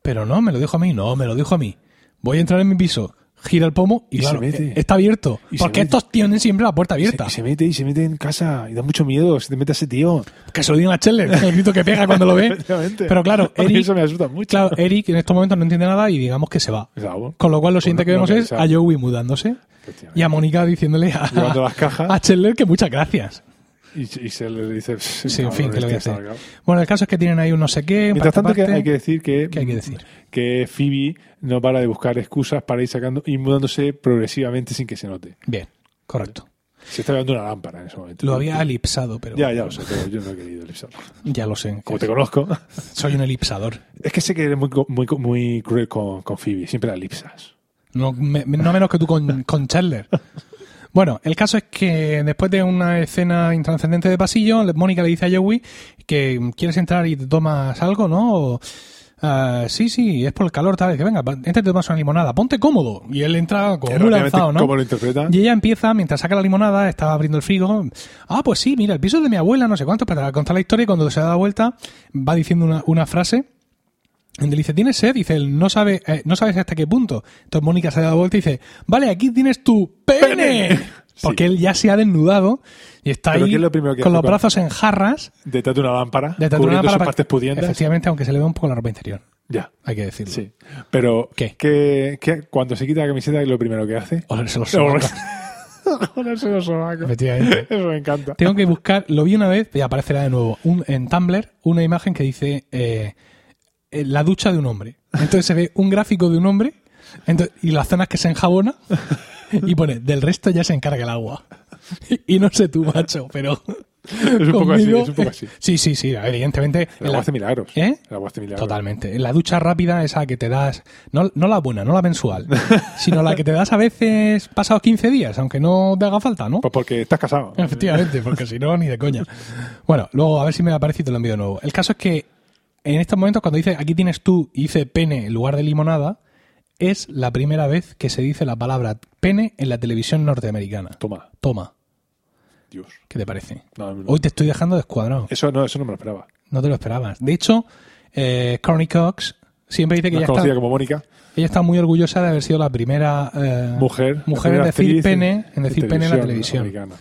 Pero no, me lo dijo a mí. No, me lo dijo a mí. Voy a entrar en mi piso. gira el pomo y, Y se claro, mete. eh, está abierto. Y se porque mete. estos tienen siempre la puerta Y se, abierta. y se mete y se mete en casa y da mucho miedo se te mete a ese tío. Que se lo digan a Scheller, el grito que pega cuando lo ve. Efectivamente. Pero claro, A mí Eric, eso me asusta mucho. claro, Eric en estos momentos no entiende nada y digamos que se va. Claro. Con lo cual lo siguiente no- que no vemos es pensar. a Joey mudándose Efectivamente. y a Mónica diciéndole a, Llevando las cajas. a Scheller que muchas gracias. Y, y se le dice. Sí, en fin, que "Cabrón, lo voy a este está hacer. cagado". Bueno, el caso es que tienen ahí un no sé qué. un Mientras tanto, que parte-parte. hay que decir que, ¿Qué hay que decir? que Phoebe no para de buscar excusas para ir sacando y mudándose progresivamente sin que se note. Bien, correcto. Se está dando una lámpara en ese momento. Lo había elipsado, pero Ya, ya lo sé, pero yo no he querido elipsarlo. ya lo sé. Como te conozco. Soy un elipsador. Es que sé que eres muy, co- muy, co- muy cruel con, con Phoebe, siempre la elipsas. No, me- no menos que tú con, con Chandler. Bueno, el caso es que después de una escena intranscendente de pasillo, le- Mónica le dice a Joey que mm, quieres entrar y te tomas algo, ¿no? O, "Ah, sí, sí, es por el calor, tal. Dice, venga, va, entra y te tomas una limonada, ponte cómodo. Y él entra como muy Rápidamente, lanzado, ¿no? Eh, ¿Cómo lo interpreta? Y ella empieza, mientras saca la limonada, estaba abriendo el frigo. Ah, pues sí, mira, el piso es de mi abuela, no sé cuánto, para contar la historia. Y cuando se da la vuelta, va diciendo una, una frase. En donde le dice, ¿tienes sed? Dice, él, no, sabe, eh, no sabes hasta qué punto. Entonces Mónica se da la vuelta y dice, vale, aquí tienes tu pene. Porque él ya se ha desnudado y está Pero ahí ¿qué es lo primero que con hace los cuando- brazos en jarras. Detrás de una lámpara, De tatuar una cubriendo sus palabra- partes pudientes. Efectivamente, aunque se le vea un poco la ropa interior, Ya, hay que decirlo. sí. Pero, ¿Qué? que- que cuando se quita la camiseta, ¿qué es lo primero que hace? O Oh, se lo Ponerse los sobacos. Efectivamente. Eso me encanta. Tengo que buscar, lo vi una vez y aparecerá de nuevo un, en Tumblr una imagen que dice eh, eh, la ducha de un hombre. Entonces se ve un gráfico de un hombre ento- y las zonas que se enjabona y pone, del resto ya se encarga el agua. Y, y no sé tú, macho, pero... Es un poco así, es un poco así. Sí, sí, sí, evidentemente... El en la- agua hace milagros. ¿Eh? El agua hace milagros. Totalmente. En La ducha rápida, esa que te das, no, no la buena, no la mensual, sino la que te das a veces pasados 15 días, aunque no te haga falta, ¿no? Pues porque estás casado. Efectivamente, porque si no, ni de coña. Bueno, luego a ver si me aparece y te lo envío de nuevo. El caso es que en estos momentos, cuando dice aquí tienes tú y dice pene en lugar de limonada, es la primera vez que se dice la palabra pene en la televisión norteamericana. Toma, Toma, Dios. ¿qué te parece? No, no. Hoy te estoy dejando descuadrado. Eso no, eso no me lo esperaba. No te lo esperabas. De hecho, eh, Courtney Cox siempre dice que Más ella conocida está, como Mónica, ella está muy orgullosa de haber sido la primera eh, mujer. la mujer en primera decir actriz pene en, decir pene en la televisión. americana.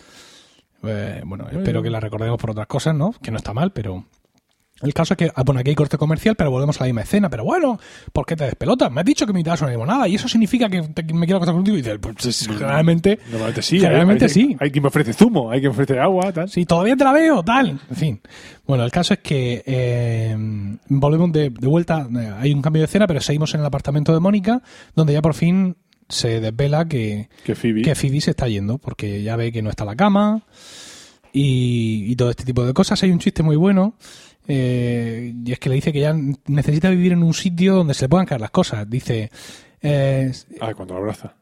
Eh, bueno, espero que la recordemos por otras cosas, ¿no? Que no está mal, pero. El caso es que, ah, bueno, aquí hay corte comercial, pero volvemos a la misma escena. Pero bueno, ¿por qué te despelotas? Me has dicho que me das una limonada y eso significa que te- que me quiero acostar contigo. Y dices, pues es- generalmente, Normalmente sí. ¿eh? Generalmente hay, hay- sí. Hay quien me ofrece zumo, hay quien me ofrece agua, tal. si todavía te la veo, tal. En fin. Bueno, el caso es que eh, volvemos de, de vuelta. eh, Hay un cambio de escena, pero seguimos en el apartamento de Mónica, donde ya por fin se desvela que, Que Phoebe. que Phoebe se está yendo porque ya ve que no está la cama y, y todo este tipo de cosas. Hay un chiste muy bueno eh, y es que le dice que ya necesita vivir en un sitio donde se le puedan caer las cosas. Dice, eh, Ah, cuando la abraza.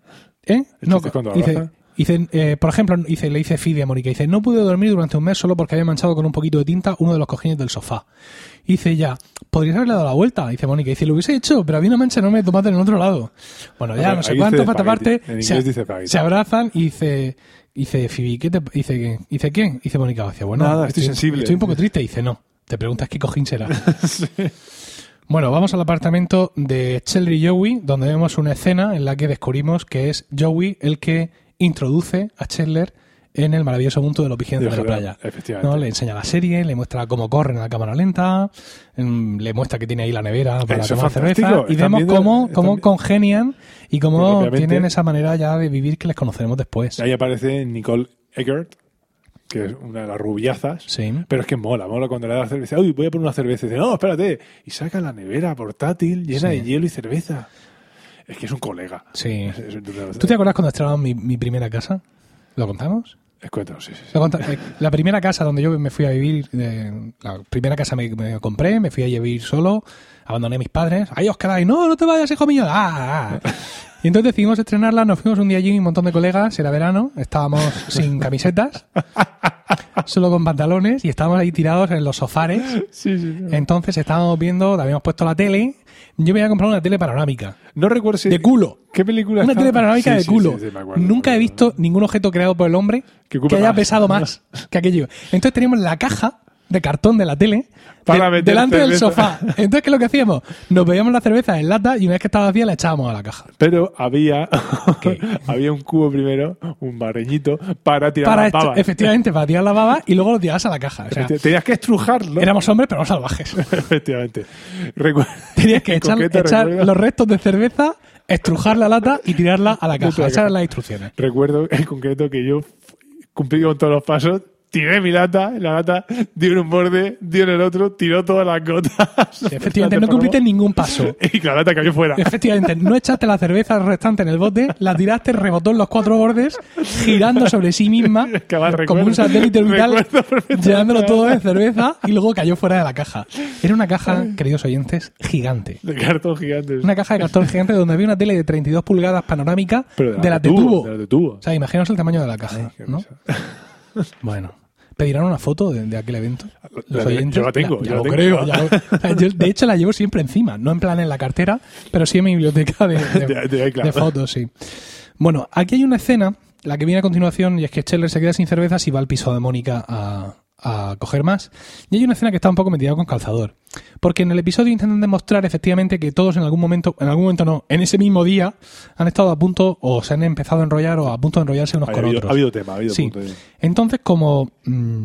¿eh? El chiste es cuando dice, abraza. dice, eh, por ejemplo, dice, le dice Phoebe a Mónica, dice, no pude dormir durante un mes solo porque había manchado con un poquito de tinta uno de los cojines del sofá. Y dice ella, podrías haberle dado la vuelta, dice Mónica, dice, lo hubiese hecho, pero había una mancha enorme de tomate en el otro lado. Bueno, ya Ahí no sé dice cuánto, para espagueti. taparte, En se- inglés dice espagueti. se abrazan y dice, dice Phoebe, ¿qué te dice qué? Dice ¿qué? Dice Mónica García, bueno, Nada, estoy sensible. Estoy un poco triste, dice, no. Te preguntas qué cojín será. Bueno, vamos al apartamento de Chelry y Joey, donde vemos una escena en la que descubrimos que es Joey el que introduce a Chandler en el maravilloso mundo de los vigilantes de la playa. Efectivamente. ¿no? Le enseña la serie, le muestra cómo corren a la cámara lenta, mm, le muestra que tiene ahí la nevera para Eso es tomar fantástico. cerveza y Están vemos viendo- cómo, están cómo vi- congenian y Pues, cómo obviamente- tienen esa manera ya de vivir que les conoceremos después. Ahí aparece Nicole Eggert, que es una de las rubiazas. Sí. Pero es que mola, mola cuando le da la cerveza. Uy, voy a poner una cerveza. Y dice, no, espérate. Y saca la nevera portátil llena Sí. de hielo y cerveza. Es que es un colega. Sí. Es- es un- ¿Tú te acuerdas cuando estrenaron mi, mi primera casa? ¿Lo contamos? Es- Cuéntanos, sí, sí, sí. Lo conta- eh, La primera casa donde yo me fui a vivir, eh, la primera casa me, me compré, me fui a vivir solo, abandoné a mis padres. Ahí os quedáis, no, no te vayas, hijo mío. ¡Ah! ah". Y entonces decidimos estrenarla, nos fuimos un día allí, un montón de colegas, era verano, estábamos sin camisetas, solo con pantalones y estábamos ahí tirados en los sofares. Sí, sí, sí. Entonces estábamos viendo, habíamos puesto la tele. Yo me había comprado una tele panorámica, No recuerdo si... de culo. ¿Qué película Una estaba? tele panorámica Sí, de sí, culo. sí, sí, me acuerdo, Nunca me he acuerdo. visto ningún objeto creado por el hombre Que que, ocupe haya más. pesado más que aquello. Entonces teníamos la caja de cartón de la tele Para de- meter delante del sofá. cerveza. Entonces, ¿qué es lo que hacíamos? Nos bebíamos la cerveza en lata y una vez que estaba vacía la echábamos a la caja. Pero había, ¿Qué? había un cubo primero, un barreñito, para tirar para las esto, babas. efectivamente, para tirar la baba y luego lo tirabas a la caja. O sea, Efecti- Tenías que estrujarlo. éramos hombres, pero no salvajes. Efectivamente. Recuer- Tenías que echar, ¿Con qué te echar recuerdas? los restos de cerveza, estrujar la lata y tirarla a la caja. la Esas eran caja. las instrucciones. Recuerdo en concreto que yo cumplí con todos los pasos, tiré mi lata, la lata dio en un borde, dio en el otro, tiró todas las gotas. Efectivamente, no cumpliste ningún paso. Y la lata cayó fuera. Efectivamente, no echaste la cerveza restante en el bote, la tiraste, rebotó en los cuatro bordes, girando sobre sí misma, Que va, como recuerdo- un satélite orbital, recuerdo perfectamente llenándolo la todo de lata. cerveza y luego cayó fuera de la caja. Era una caja, queridos oyentes, gigante. De cartón gigante. Una caja de cartón gigante donde había una tele de 32 pulgadas panorámica Pero de las de tubo. De la de tubo. O sea, imaginaos el tamaño de la caja, qué ¿no? risa. Bueno. ¿Pedirán una foto de, de aquel evento? La te- yo la tengo, Ya, ya yo la lo tengo. creo. ya lo- o sea, yo, de hecho, la llevo siempre encima. No en plan en la cartera, pero sí en mi biblioteca de, de- De- de iCloud. de fotos, sí. Bueno, aquí hay una escena, la que viene a continuación, y es que Scheller se queda sin cervezas y va al piso de Mónica a, a coger más. Y hay una escena que está un poco metida con calzador. Porque en el episodio intentan demostrar efectivamente que todos en algún momento, en algún momento no, en ese mismo día, han estado a punto o se han empezado a enrollar o a punto de enrollarse unos Ha con habido, otros. ha habido tema, ha habido Sí. punto. Entonces, como mm,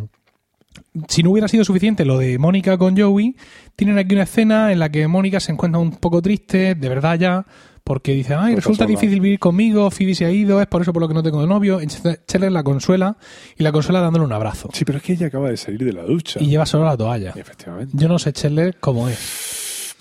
si no hubiera sido suficiente lo de Mónica con Joey, tienen aquí una escena en la que Mónica se encuentra un poco triste, de verdad ya, porque dice, ay, Porque resulta sola". difícil vivir conmigo, Phoebe se ha ido, es por eso por lo que no tengo de novio. Chandler la consuela y la consuela dándole un abrazo. Sí, pero es que ella acaba de salir de la ducha. Y lleva solo la toalla. Efectivamente. Yo no sé, Chandler, cómo es.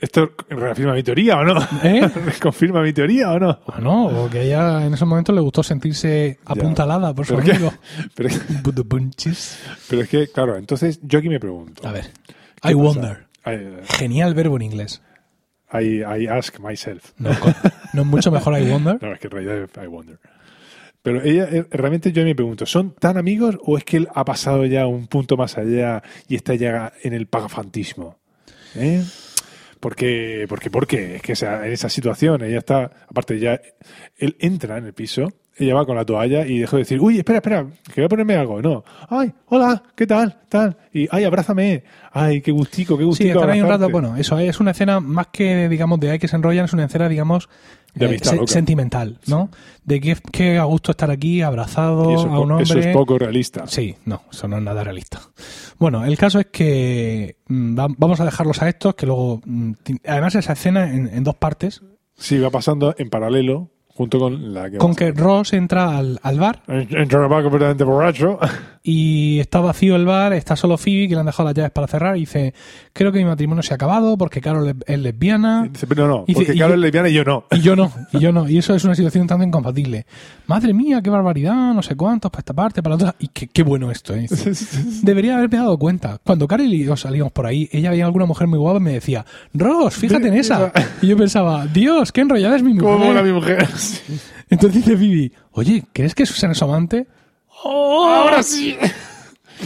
¿Esto reafirma mi teoría o no? ¿Eh? ¿Confirma mi teoría o no? Bueno, o que ella en esos momentos le gustó sentirse apuntalada por su Pero es que- amigo. pero, Budupunchis. pero es que, claro, entonces yo aquí me pregunto. A ver. ¿qué I pasa? wonder. I- Genial verbo en inglés. I, I ask myself. No, co- no es mucho mejor I Wonder. No, es que en realidad es I wonder. Pero ella, eh, realmente yo me pregunto, ¿son tan amigos o es que él ha pasado ya un punto más allá y está ya en el pagafantismo? ¿Eh? Porque, porque, porque, es que esa- en esa situación ella está, aparte ya, él entra en el piso, ella va con la toalla y dejó de decir, uy, espera, espera, que voy a ponerme algo, no, ay, hola, ¿qué tal? Tal, y ay, abrázame, ay, qué gustico, qué Sí, gustico. estar ahí un rato, abrazarte". bueno, eso eh, es una escena más que, digamos, de hay que se enrollan, es una escena, digamos, eh, De amistad loca. sentimental, ¿no? De que, que a gusto estar aquí, abrazado Y eso, es a un po- hombre. eso es poco realista. Sí, no, eso no es nada realista. Bueno, el caso es que mm, va- vamos a dejarlos a estos, que luego... mm, ti- Además, esa escena en, en dos partes, Sí, va pasando en paralelo junto con la que... con que Ross entra al, al bar Entra en el bar completamente borracho. y está vacío el bar, está solo Phoebe, que le han dejado las llaves para cerrar, y dice, creo que mi matrimonio se ha acabado porque Carol es- es lesbiana. Dice, pero no, Y dice, porque y Carol yo- es lesbiana y yo no. Y yo no, y yo no. Y eso es una situación tanto incompatible. Madre mía, qué barbaridad, no sé cuántos, para esta parte, para la otra. Y qué, qué bueno esto, ¿eh? Dice, Debería haberme dado cuenta. Cuando Karel y yo salíamos por ahí, ella veía a alguna mujer muy guapa y me decía, Ross, fíjate en esa. Y yo pensaba, Dios, qué enrollada es mi ¿Cómo mola mi mujer. mujer? Entonces dice Vivi, oye, ¿crees que Susan es su amante? ¡Oh! ¡Ahora sí!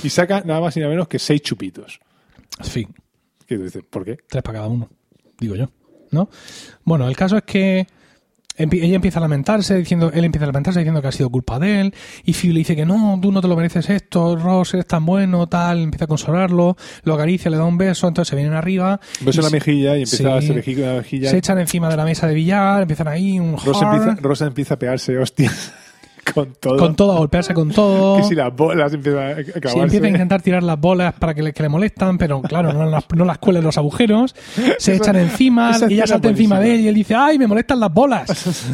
Y saca nada más y nada menos que seis chupitos. En fin, Que tú dices, ¿por qué? tres para cada uno, digo yo, ¿no? Bueno, el caso es que empi- ella empieza a lamentarse diciendo, él empieza a lamentarse diciendo que ha sido culpa de él y Phoebe le dice que no, tú no te lo mereces esto, Ross eres tan bueno, tal, empieza a consolarlo, lo acaricia, le da un beso, entonces se vienen arriba, Un Beso en la mejilla y empieza Sí. a hacer vejiga- la mejilla. se echan encima de la mesa de billar, empiezan ahí un Rosa, hard, empieza, Rosa empieza a pegarse hostias con todo. ah. con todo, a golpearse con todo. Que si las bolas empiezan a acabarse. Sí, empieza a intentar tirar las bolas para que le, que le molestan, pero claro, no las, no las cuela en los agujeros, se Esa- echan encima, esa ella escena salta es encima de buenísima. él y él dice, ¡ay, me molestan las bolas!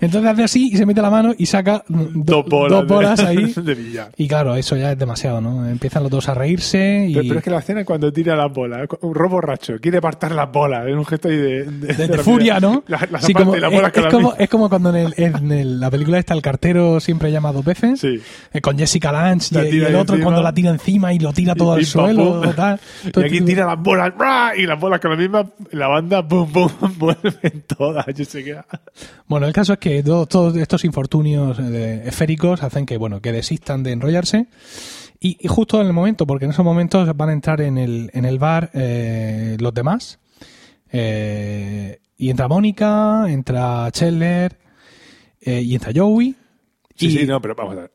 Entonces hace así y se mete la mano y saca mm, do- dos bolas, dos bolas ahí. de billar. Y claro, eso ya es demasiado, ¿no? Empiezan los dos a reírse y Pero, pero es que la escena cuando tira las bolas, un robo borracho, quiere apartar las bolas, en un gesto ahí de, de- de, de de furia, ¿no? La- Las, Sí, aparte, como- las es, bolas con es las como, mismas. es como cuando en, el- en el- la película está el cartero siempre llama dos veces. Sí. eh, Con Jessica Lange La y- y, tira el ahí otro encima. cuando la tira encima y lo tira todo al Y pim, pam, suelo. pum. tal. Y Todo aquí este- tira las bolas, ¡bra! y las bolas con la misma, la banda, pum, pum, vuelven todas. Yo sé que. Bueno, el caso es que todo- todos estos infortunios eh, esféricos hacen que, bueno, que desistan de enrollarse. Y, y justo en el momento, porque en esos momentos van a entrar en el, en el bar eh, los demás. Eh, y entra Mónica, entra Scheller eh, y entra Joey. Sí, y sí, no, pero vamos a ver.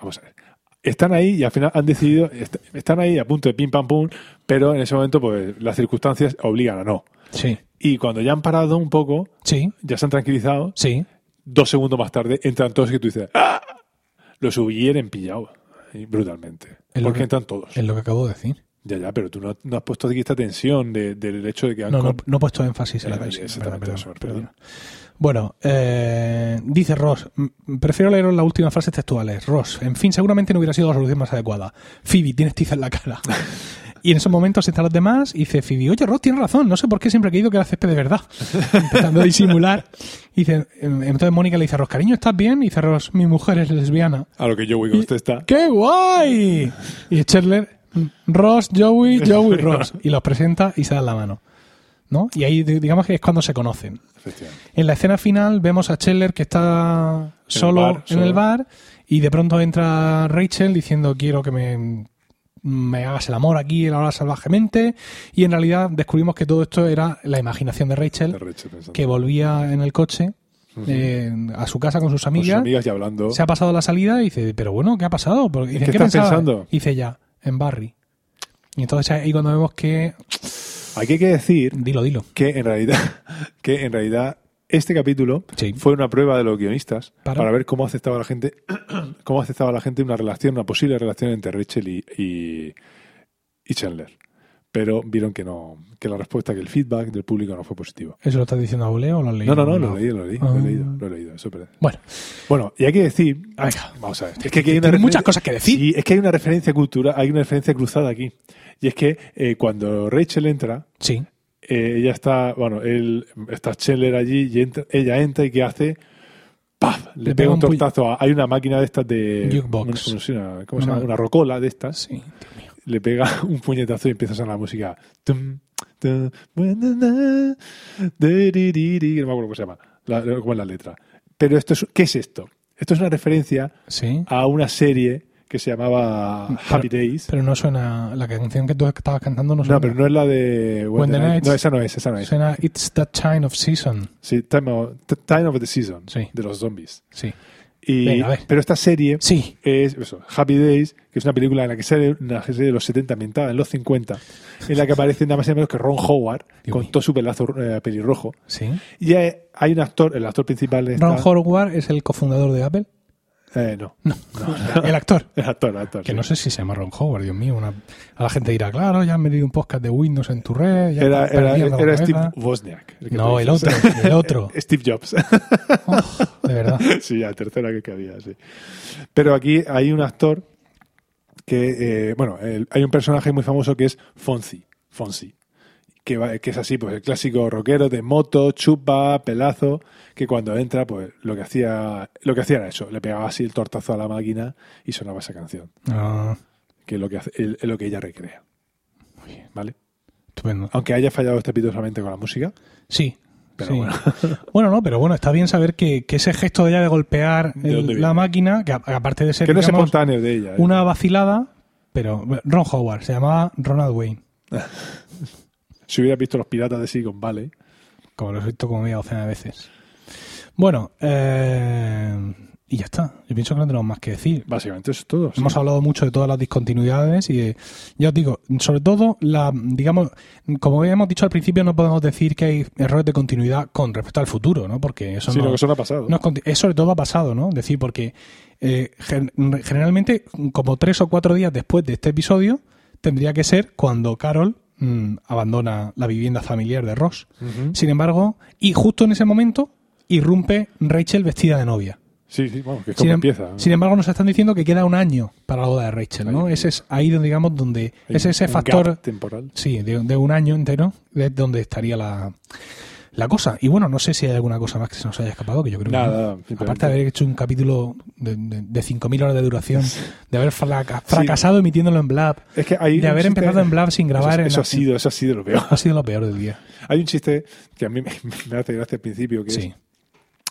Vamos a ver. están ahí y al final han decidido, est- están ahí a punto de pim pam pum, pero en ese momento pues las circunstancias obligan a no. Sí, Y cuando ya han parado un poco, sí, ya se han tranquilizado, sí. dos segundos más tarde entran todos y tú dices, ¡Ah! los hubieran pillado y brutalmente. Es lo Porque que- entran todos. Es lo que acabo de decir. Ya, ya, pero tú no, no has puesto aquí esta tensión de- del hecho de que han No, no, comp- no he puesto énfasis en la Eh, tensión. exactamente, perdón, eso, perdón, perdón. perdón. Bueno, eh, dice Ross, "Mm, prefiero leeros las últimas frases textuales. Ross, en fin, seguramente no hubiera sido la solución más adecuada. Phoebe, tienes tiza en la cara. Y en esos momentos están los demás y dice Phoebe, oye Ross, tienes razón, no sé por qué siempre he creído que era césped de verdad. Intentando disimular. Y dice, em, entonces Mónica le dice a Ross, cariño, ¿estás bien? Y dice Ross, mi mujer es lesbiana. a lo que yo voy con usted está. ¡Qué guay! Y Chandler, Ross, Joey, Joey, Ross. Y los presenta y se dan la mano. ¿No? Y ahí di- digamos que es cuando se conocen. Efectivamente. En la escena final vemos a Chandler que está solo bar, en solo. el bar y de pronto entra Rachel diciendo quiero que me, me hagas el amor aquí, ahora salvajemente. Y en realidad descubrimos que todo esto era la imaginación de Te Rachel reche pensando. que volvía en el coche eh, a su casa con sus Con sus amigas amigas y hablando. se ha pasado la salida y dice, pero bueno, ¿qué ha pasado? Porque, dice, qué estás pensabas?". pensando? Dice ya, en Barry. Y entonces ahí cuando vemos que... Aquí hay que decir Dilo, dilo. que en realidad, que en realidad este capítulo Sí. fue una prueba de los guionistas Para. para, ver cómo aceptaba la gente, cómo aceptaba la gente una relación, una posible relación entre Rachel y, y, y Chandler. Pero vieron que no, que la respuesta, que el feedback del público no fue positivo. ¿Eso lo estás diciendo a voleo o lo has leído? No, no, no, lo he leído, lo he leído, lo he Ah. leído, lo he leído, eso es verdad. Bueno, Bueno, y hay que decir, venga. vamos a ver, es que aquí hay una Tienes muchas referencia- cosas que decir. Sí, es que hay una referencia cultural, hay una referencia cruzada aquí. Y es que eh, cuando Rachel entra, Sí, eh, ella está, bueno, él está Scheller allí y entra- ella entra y ¿qué hace? ¡Paf! Le, Le pega un pega un puñ- tortazo. a- hay una máquina de estas de. Jukebox. una- una- una- ¿Cómo se Una- llama? Una rocola de estas. sí. Dios mío. Le pega un puñetazo y empieza a sonar la música. Tum, tum, buena, de, di, di, di, No me acuerdo cómo se llama. La, la- cómo es la letra. Pero esto es, ¿qué es esto? Esto es una referencia Sí. a una serie que se llamaba Happy Days. Mm, Pero no suena... La canción que tú estabas cantando no suena. no, pero no es la de. When the Nights- No, esa no es, esa no es. Suena It's That Time of Season. Sí, Time of, T- Time of the Season, Sí. de los zombies. Sí. Y, Venga, a ver. pero esta serie Sí. es eso, Happy Days, que es una película en la que sale una serie de los 70, ambientada en los 50, en la que aparece nada más y nada menos que Ron Howard, Dios con mío. todo su pelazo eh, pelirrojo. Sí. Y hay, hay un actor, el actor principal está- Ron Howard es el cofundador de Apple. Eh, no, No. El actor. el actor, el actor. Que sí. no sé si se llama Ron Howard, Dios mío. una- A la gente dirá, claro, ya han metido un podcast de Windows en tu red. ya Era, estás era, perdiendo la era Steve cabeza". Wozniak. que Ah. No, te el dices. otro, el otro. Steve Jobs. Oh, de verdad. sí, la tercera que cabía, sí. Pero aquí hay un actor que, eh, bueno, el- hay un personaje muy famoso que es Fonzie, Fonzie, que, va- que es así, pues el clásico rockero de moto, chupa, pelazo, que cuando entra, pues lo que hacía, lo que hacía era eso, le pegaba así el tortazo a la máquina y sonaba esa canción, Ah, que es lo que, hace- el- es lo que ella recrea. ¿Vale? estupendo. Aunque haya fallado estrepitosamente con la música, Ah, Sí. Pero sí. bueno. Bueno, no, pero bueno, está bien saber que, que ese gesto de ella de golpear ¿De el- dónde viene? la máquina, que a- aparte de ser que no es digamos, espontáneo de ella. ¿eh? una vacilada, pero Ron Howard se llamaba Ronald Wayne. Si hubiera visto los piratas de Silicon Valley, Como lo he visto como media docena de veces. Bueno, eh, y ya está. Yo pienso que no tenemos más que decir. básicamente eso es todo. sí. Hemos hablado mucho de todas las discontinuidades y de, ya os digo, sobre todo la, digamos, como habíamos dicho al principio, no podemos decir que hay errores de continuidad con respecto al futuro, ¿no? Porque eso Sí, no, lo que son ha pasado. no es conti- eso sobre todo ha pasado, ¿no? Es decir, porque eh, gen- generalmente como tres o cuatro días después de este episodio tendría que ser cuando Carol mm, abandona la vivienda familiar de Ross. Ujú. Sin embargo, y justo en ese momento irrumpe Rachel vestida de novia. Sí, sí, vamos, que es Sin, como em- empieza. sin embargo, nos están diciendo que queda un año para la boda de Rachel, ¿no? Ahí. Ese es ahí donde, digamos, donde Hay es ese un factor, gap temporal. sí, de, de un año entero, es donde estaría la, la cosa. Y bueno, no sé si hay alguna cosa más que se nos haya escapado, que yo creo que no. Nada, simplemente. Aparte de haber hecho un capítulo de, de, de 5.000 horas de duración, de haber fraca- fracasado emitiéndolo en Blab, Es que hay de un haber chiste- empezado en Blab sin grabar Eso, eso en ha sido, eso ha sido lo peor. ha sido lo peor del día. Hay un chiste que a mí me, me hace gracia al principio, que Sí. es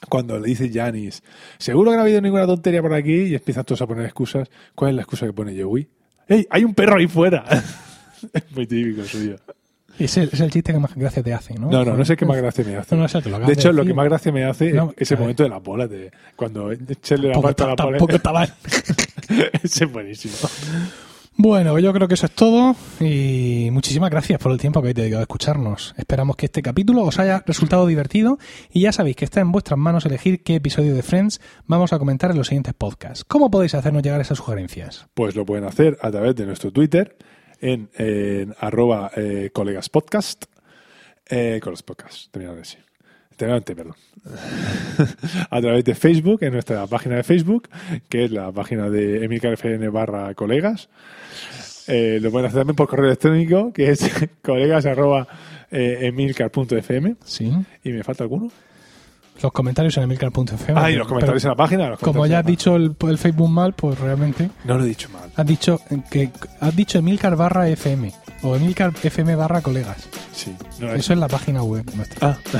cuando le dice Janis, seguro que no ha habido ninguna tontería por aquí, y empiezan todos a poner excusas. ¿Cuál es la excusa que pone Joey? ¡Ey, hay un perro ahí fuera! es muy típico suyo. Es el, es el chiste que más gracia te hace, ¿no? No, no, no sé qué más gracia me hace. No, no sé, te lo acabas de hecho, de lo decir. que más gracia me hace No, es ese a ver. momento de las bolas, de cuando echarle la Tampoco, falta a la ta- bola. tampoco estaba- Ese es buenísimo. Bueno, yo creo que eso es todo y muchísimas gracias por el tiempo que habéis dedicado a escucharnos. Esperamos que este capítulo os haya resultado divertido y ya sabéis que está en vuestras manos elegir qué episodio de Friends vamos a comentar en los siguientes podcasts. ¿Cómo podéis hacernos llegar esas sugerencias? Pues lo pueden hacer a través de nuestro Twitter en, en arroba eh, colegaspodcast. Eh, con los podcasts, terminado de decir. Terminante, perdón. a través de Facebook, en nuestra página de Facebook, que es la página de emilcarfn barra colegas. Eh, lo pueden hacer también por correo electrónico, que es colegas arroba eh, emilcar.fm. Sí. ¿Y me falta alguno? Los comentarios en emilcar.fm. Ah, y los comentarios en la página. los Como comentarios ya en has la dicho el, el Facebook mal, pues realmente página. No lo he dicho mal. has dicho que has dicho Emilcar barra FM o Emilcar FM barra colegas. Sí. No lo he dicho. Eso es la página web nuestra. Ah,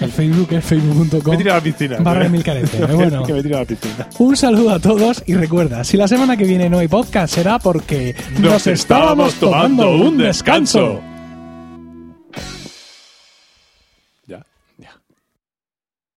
El Facebook es me he facebook.com. tirado a la piscina. Barra Emilcar FM, Que- ¿eh? bueno. Que me he tirado a la piscina. Un saludo a todos y recuerda, si la semana que viene no hay podcast será porque Nos estábamos tomando un descanso.